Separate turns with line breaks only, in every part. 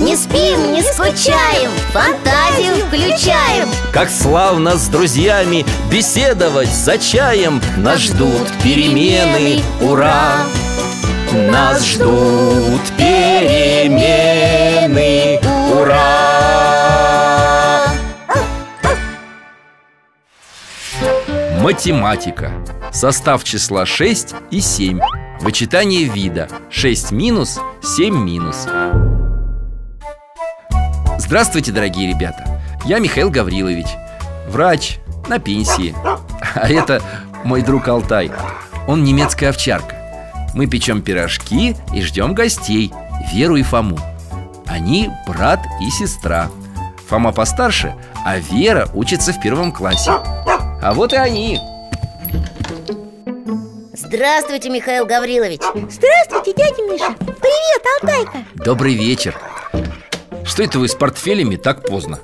Не спим, не скучаем, фантазию включаем
Как славно с друзьями беседовать за чаем Нас ждут перемены, ура! Нас ждут перемены, ура!
Математика. Состав числа 6 и 7. Вычитание вида 6 минус, 7 минус. Здравствуйте, дорогие ребята. Я Михаил Гаврилович. Врач на пенсии. А это мой друг Алтай. Он немецкая овчарка. Мы печем пирожки и ждем гостей Веру и Фому. Они брат и сестра. Фома постарше, а Вера учится в первом классе. А вот и они.
Здравствуйте, Михаил Гаврилович
Здравствуйте, дядя Миша Привет, Алтайка
Добрый вечер. Что это вы с портфелями так поздно?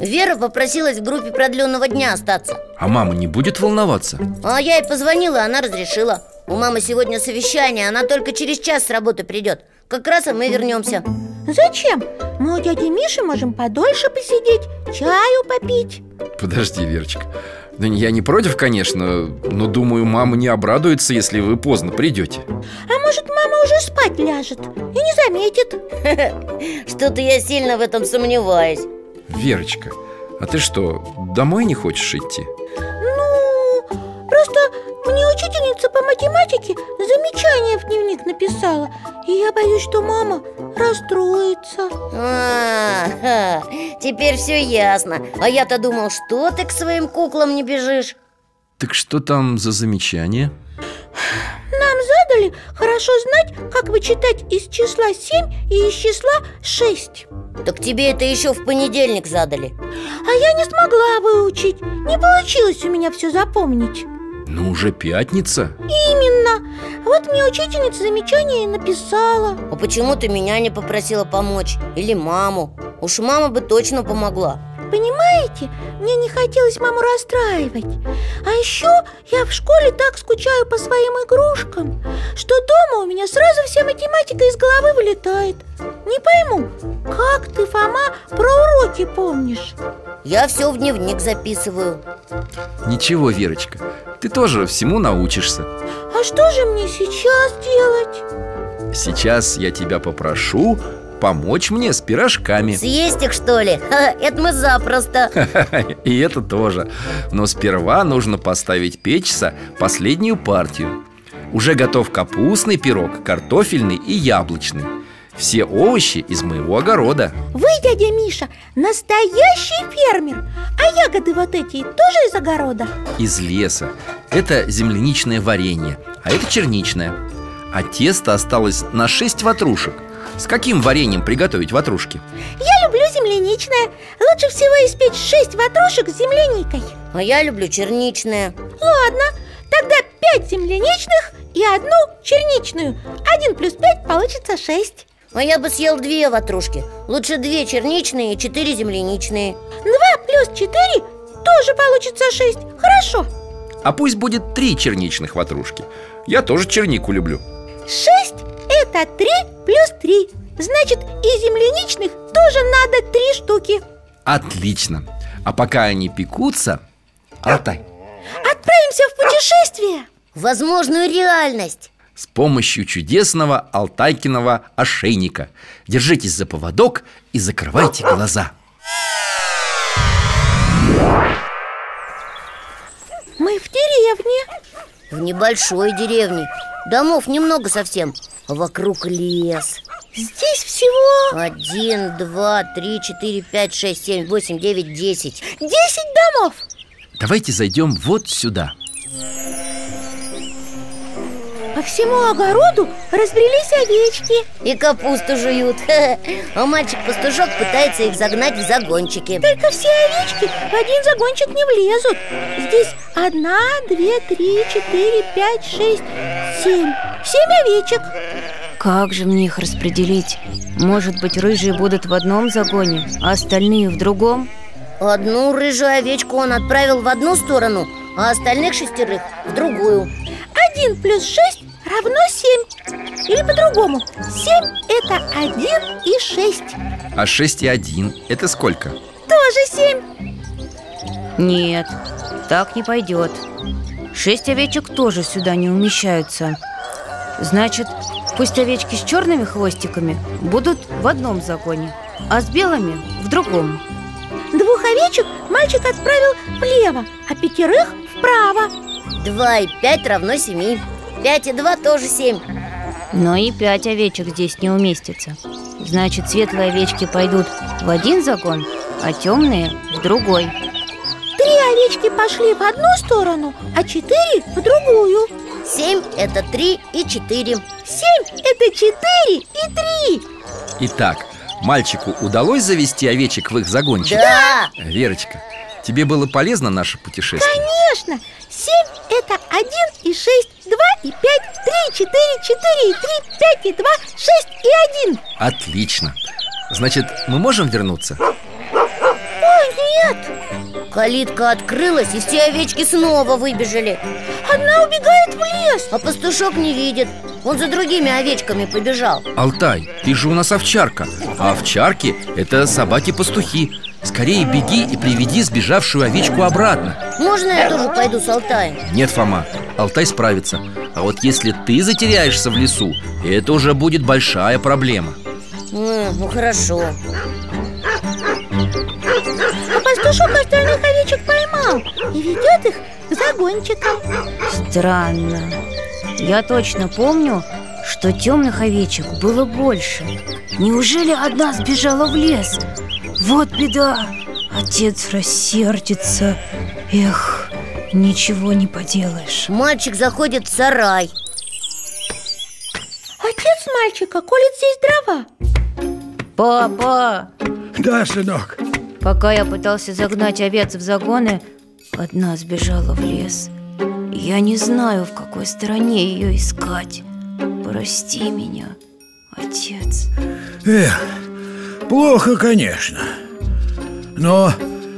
Вера попросилась в группе продленного дня остаться
А мама не будет волноваться?
А я ей позвонила, она разрешила У мамы сегодня совещание, она только через час с работы придет Как раз и мы вернемся
Зачем? Мы у дяди Миши можем подольше посидеть, чаю попить
Подожди, Верочка. Ну, я не против, конечно, но думаю, мама не обрадуется, если вы поздно придете.
А может, мама уже спать ляжет и не заметит
Что-то я сильно в этом сомневаюсь
Верочка, а ты что, домой не хочешь идти?
Ну, просто мне учительница по математике замечание в дневник написала И я боюсь, что мама расстроится
А, ха, Теперь все ясно А я-то думал, что ты к своим куклам не бежишь
Так что там за замечание?
Нам задали хорошо знать, как вычитать из числа 7 и из числа 6
Так тебе это еще в понедельник задали
А я не смогла выучить, не получилось у меня все запомнить
Ну, уже пятница.
Именно, вот мне учительница замечание и написала
А почему ты меня не попросила помочь? Или маму? Уж мама бы точно помогла
Понимаете, мне не хотелось маму расстраивать А еще я в школе так скучаю по своим игрушкам Что дома у меня сразу вся математика из головы вылетает Не пойму, как ты, Фома, про уроки помнишь?
Я все в дневник записываю
Ничего, Верочка, ты тоже всему научишься.
А что же мне сейчас делать?
Сейчас я тебя попрошу помочь мне с пирожками.
Съесть их, что ли? Ха, Это мы запросто
И это тоже. Но сперва нужно поставить печься последнюю партию. Уже готов капустный пирог, картофельный и яблочный. Все овощи из моего огорода.
Вы, дядя Миша, настоящий фермер А ягоды вот эти тоже из огорода?
из леса Это земляничное варенье, а это черничное А тесто осталось на 6 ватрушек С каким вареньем приготовить ватрушки?
Я люблю земляничное Лучше всего испечь 6 ватрушек с земляникой
А я люблю черничное
Ладно, тогда пять земляничных и одну черничную Один плюс пять получится шесть
А я бы съел две ватрушки Лучше две черничные и четыре земляничные
Два плюс четыре тоже получится шесть Хорошо
А пусть будет три черничных ватрушки Я тоже чернику люблю
Шесть – это три плюс три Значит, и земляничных тоже надо три штуки
Отлично А пока они пекутся Алтай,
Отправимся в путешествие
Возможную реальность
с помощью чудесного алтайкиного ошейника Держитесь за поводок и закрывайте глаза
Мы в деревне
В небольшой деревне Домов немного совсем А вокруг лес
Здесь всего
Один, два, три, четыре, пять, шесть, семь, восемь, девять, десять
10 домов
Давайте зайдем вот сюда
А всему огороду разбрелись овечки
И капусту жуют А мальчик-пастушок пытается их загнать в загончики
Только все овечки в один загончик не влезут Здесь одна, две, три, четыре, пять, шесть, семь Семь овечек
Как же мне их распределить? Может быть, рыжие будут в одном загоне, а остальные в другом?
Одну рыжую овечку он отправил в одну сторону А остальных шестерых в другую
Один плюс шесть равно семь Или по-другому Семь – это один и шесть
А 6 и 1 – это сколько?
Тоже семь
Нет, так не пойдет Шесть овечек тоже сюда не умещаются Значит, пусть овечки с черными хвостиками будут в одном загоне А с белыми в другом
Двух овечек мальчик отправил влево, а пятерых вправо
Два и пять равно семи Пять и два тоже семь
Но и пять овечек здесь не уместится Значит, светлые овечки пойдут в один загон, а темные в другой
Три овечки пошли в одну сторону, а четыре в другую
Семь – это три и четыре
Семь – это четыре и три
Итак, мальчику удалось завести овечек в их загончик?
Да!
Верочка, тебе было полезно наше путешествие?
Конечно, семь – это один и шесть, два и пять, три, четыре, четыре и три, пять и два, шесть и один
Отлично. Значит, мы можем вернуться?
Калитка открылась, и все овечки снова выбежали
Одна убегает в лес
А пастушок не видит Он за другими овечками побежал
Алтай, ты же у нас овчарка А овчарки – это собаки-пастухи Скорее беги и приведи сбежавшую овечку обратно
Можно я тоже пойду с Алтаем?
Нет, Фома, Алтай справится А вот если ты затеряешься в лесу, это уже будет большая проблема
М, ну хорошо
А пастушок остальных овечек поймал и ведет их к загончикам
Странно Я точно помню, что темных овечек было больше Неужели одна сбежала в лес? Вот беда Отец рассердится Эх, ничего не поделаешь
Мальчик заходит в сарай
Отец мальчика колет здесь дрова
Папа,
Да, сынок,
пока я пытался загнать овец в загоны Одна сбежала в лес Я не знаю, в какой стороне ее искать Прости меня, отец
эх, Э, плохо, конечно Но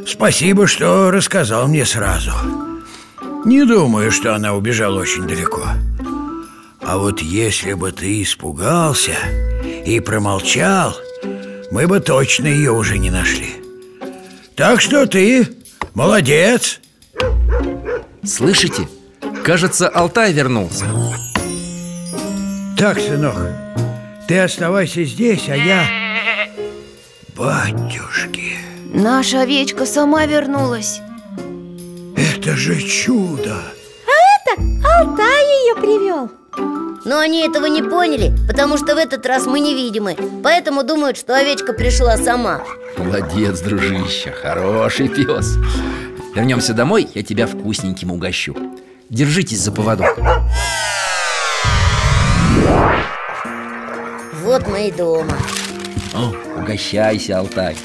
спасибо, что рассказал мне сразу Не думаю, что она убежала очень далеко А вот если бы ты испугался и промолчал Мы бы точно ее уже не нашли Так что ты молодец
Слышите? Кажется, Алтай вернулся
Так, сынок, ты оставайся здесь, а я... Батюшки,
Наша овечка сама вернулась
это же чудо!
Это Алтай ее привел
Но они этого не поняли, потому что в этот раз мы невидимы Поэтому думают, что овечка пришла сама
Молодец, дружище, хороший пес Вернемся домой, я тебя вкусненьким угощу Держитесь за поводок
Вот мы и дома
О, Ну, Угощайся, Алтай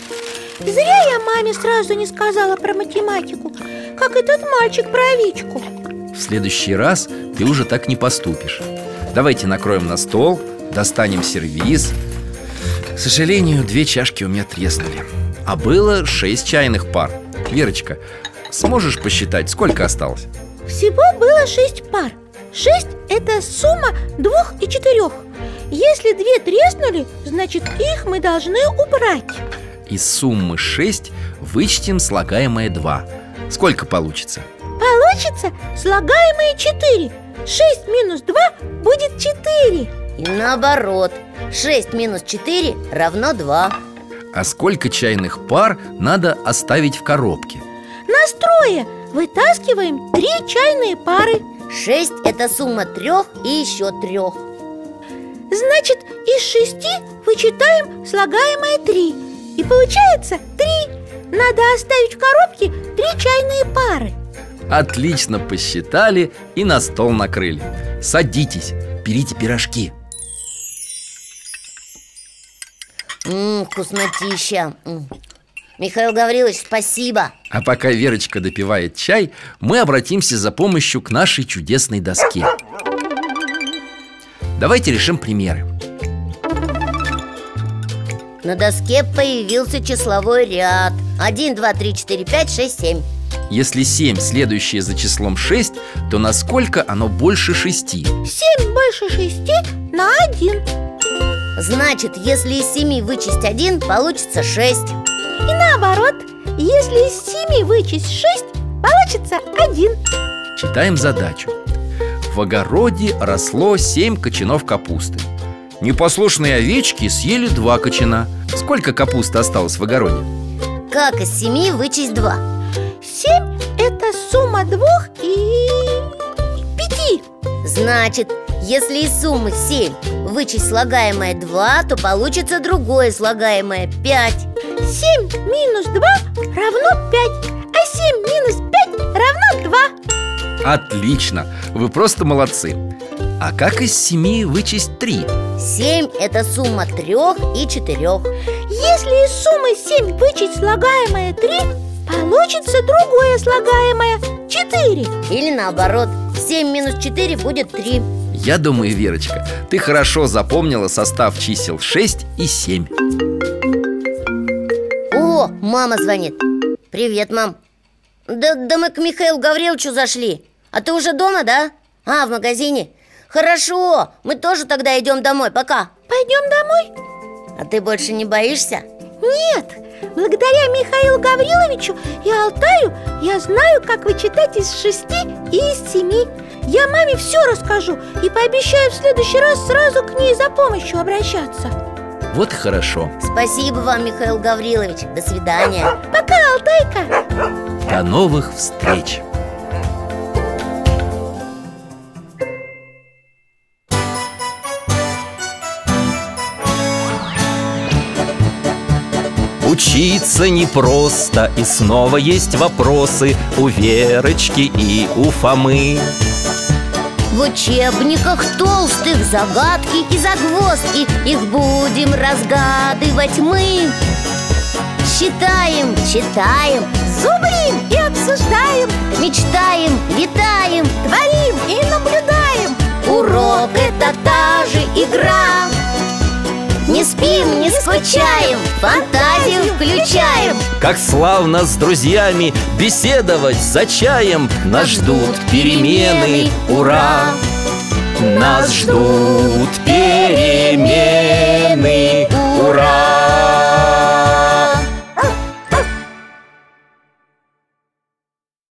Зря я маме сразу не сказала про математику Как этот мальчик про овечку
В следующий раз ты уже так не поступишь Давайте накроем на стол, достанем сервиз К сожалению, две чашки у меня треснули А было шесть чайных пар Верочка, сможешь посчитать, сколько осталось?
Всего было шесть пар Шесть – это сумма двух и четырех Если две треснули, значит их мы должны убрать
Из суммы 6 вычтем слагаемое 2 Сколько получится?
Получится слагаемые четыре Шесть минус два будет четыре
И наоборот 6 минус 4 равно 2
А сколько чайных пар надо оставить в коробке?
Настроя вытаскиваем три чайные пары
6 это сумма трех и еще трех
Значит, из шести вычитаем слагаемое три И получается три Надо оставить в коробке три чайные пары
Отлично посчитали и на стол накрыли Садитесь, берите пирожки
М, вкуснотища М. Михаил Гаврилович, спасибо
А пока Верочка допивает чай, мы обратимся за помощью к нашей чудесной доске. Давайте решим примеры.
На доске появился числовой ряд 1, 2, 3, 4, 5, 6, 7
Если 7 следующее за числом 6, то насколько оно больше 6?
Семь больше шести на один
Значит, если из 7 вычесть 1, получится 6
И наоборот, если из семи вычесть шесть, получится один
Читаем задачу. В огороде росло 7 кочанов капусты. Непослушные овечки съели два кочана. Сколько капусты осталось в огороде?
Как из 7 вычесть 2?
Семь – это сумма двух и пяти
Значит, если из суммы 7 вычесть слагаемое 2, то получится другое слагаемое 5
Семь минус два равно пять А семь минус пять равно два
Отлично! Вы просто молодцы! А как из 7 вычесть 3?
7 – это сумма 3 и 4
Если из суммы семь вычесть слагаемое три, получится другое слагаемое – четыре
Или наоборот, 7 минус 4 будет 3
Я думаю, Верочка, ты хорошо запомнила состав чисел 6 и 7
О, мама звонит Привет, мам Да, да мы к Михаилу Гавриловичу зашли А ты уже дома, да? А, в магазине Хорошо, мы тоже тогда идем домой, пока
Пойдем домой?
А ты больше не боишься?
Нет! Благодаря Михаилу Гавриловичу и Алтаю я знаю, как вычитать из шести и из семи Я маме все расскажу и пообещаю в следующий раз сразу к ней за помощью обращаться
Вот и хорошо
Спасибо вам, Михаил Гаврилович До свидания
Пока, Алтайка!
До новых встреч!
Учиться непросто И снова есть вопросы У Верочки и у Фомы
В учебниках толстых загадки и загвоздки Их будем разгадывать мы Считаем, читаем, зубрим и обсуждаем Мечтаем, летаем, творим и наблюдаем Урок – это та же игра Не спим, не скучаем, фантазию включаем
Как славно с друзьями Беседовать за чаем Нас ждут перемены, ура! Нас ждут перемены